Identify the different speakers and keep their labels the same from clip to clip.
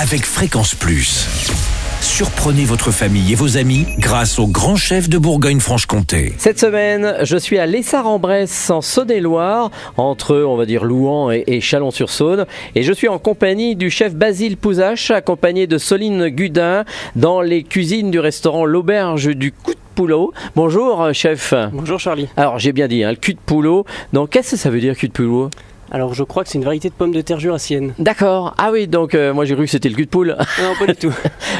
Speaker 1: avec Fréquence Plus. Surprenez votre famille et vos amis grâce au grand chef de Bourgogne-Franche-Comté.
Speaker 2: Cette semaine, je suis à Lessard-en-Bresse, en Saône-et-Loire, entre, on va dire, Louan et, et Chalon-sur-Saône. Et je suis en compagnie du chef Basile Pouzache, accompagné de Soline Gudin, dans les cuisines du restaurant L'Auberge du Coup de Poulot. Bonjour, euh, chef.
Speaker 3: Bonjour Charlie.
Speaker 2: Alors, j'ai bien dit, hein, le cul de poulot. Donc, qu'est-ce que ça veut dire, cul de poulot
Speaker 3: Alors je crois que c'est une variété de pommes de terre jurassienne.
Speaker 2: D'accord. Ah oui, donc euh, moi j'ai cru que c'était le cul de poule.
Speaker 3: Non, pas du tout.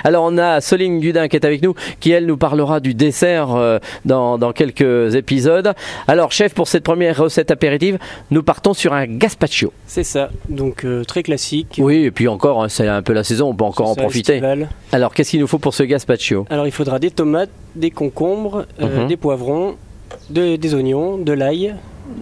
Speaker 2: Alors on a Soline Gudin qui est avec nous, qui elle nous parlera du dessert euh, dans, dans quelques épisodes. Alors chef, pour cette première recette apéritive, nous partons sur un gazpacho.
Speaker 3: C'est ça. Donc euh, très classique.
Speaker 2: Oui, et puis encore, hein, c'est un peu la saison, on peut encore en
Speaker 3: Ça,
Speaker 2: profiter.
Speaker 3: estival.
Speaker 2: Alors qu'est-ce qu'il nous faut pour ce gazpacho
Speaker 3: Alors il faudra des tomates, des concombres, euh,
Speaker 2: Mhm.
Speaker 3: des poivrons, de- des oignons, de l'ail,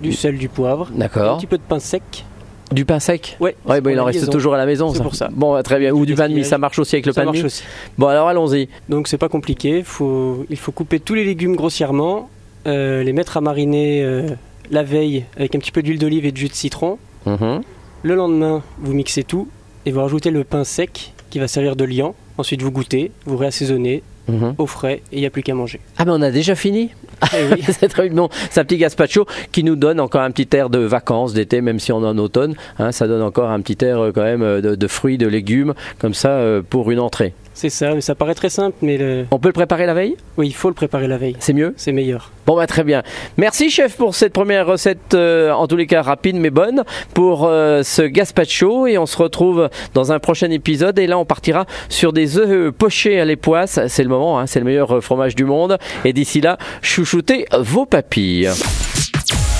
Speaker 3: du sel, du poivre, un
Speaker 2: D'accord.
Speaker 3: petit peu de pain sec.
Speaker 2: Du pain sec
Speaker 3: Ouais.
Speaker 2: Ouais,
Speaker 3: c'est
Speaker 2: bah, il
Speaker 3: pour
Speaker 2: en
Speaker 3: la
Speaker 2: reste
Speaker 3: liaison.
Speaker 2: toujours à la maison.
Speaker 3: C'est pour ça.
Speaker 2: Bon, bah, très bien. Ou
Speaker 3: Du
Speaker 2: du pain de mie,
Speaker 3: gaspillage.
Speaker 2: ça marche aussi avec le pain
Speaker 3: Ça
Speaker 2: de
Speaker 3: marche
Speaker 2: mie.
Speaker 3: aussi.
Speaker 2: Bon, alors allons-y.
Speaker 3: Donc c'est pas compliqué. Faut, il faut couper tous les légumes grossièrement, euh, les mettre à mariner euh, la veille avec un petit peu d'huile d'olive et de jus de citron.
Speaker 2: Mhm.
Speaker 3: Le lendemain, vous mixez tout et vous rajoutez le pain sec qui va servir de liant. Ensuite, vous goûtez, vous réassaisonnez
Speaker 2: Mhm.
Speaker 3: au frais et il n'y a plus qu'à manger.
Speaker 2: Ah, mais on a déjà fini
Speaker 3: Eh oui.
Speaker 2: C'est très bon. C'est un petit gazpacho qui nous donne encore un petit air de vacances d'été, même si on est en automne. hein, ça donne encore un petit air euh, quand même euh, de, de fruits, de légumes, comme ça, euh, pour une entrée.
Speaker 3: C'est ça, mais ça paraît très simple, mais le-
Speaker 2: On peut le préparer la veille
Speaker 3: oui, il faut le préparer la veille.
Speaker 2: C'est mieux
Speaker 3: C'est meilleur.
Speaker 2: Bon, bah, très bien. Merci, chef, pour cette première recette, euh, en tous les cas rapide mais bonne, pour euh, ce gazpacho. Et on se retrouve dans un prochain épisode. Et là, on partira sur des œufs euh, pochés à l'époisse. C'est le moment, hein, c'est le meilleur euh, fromage du monde. Et d'ici là, chouchoutez vos papilles.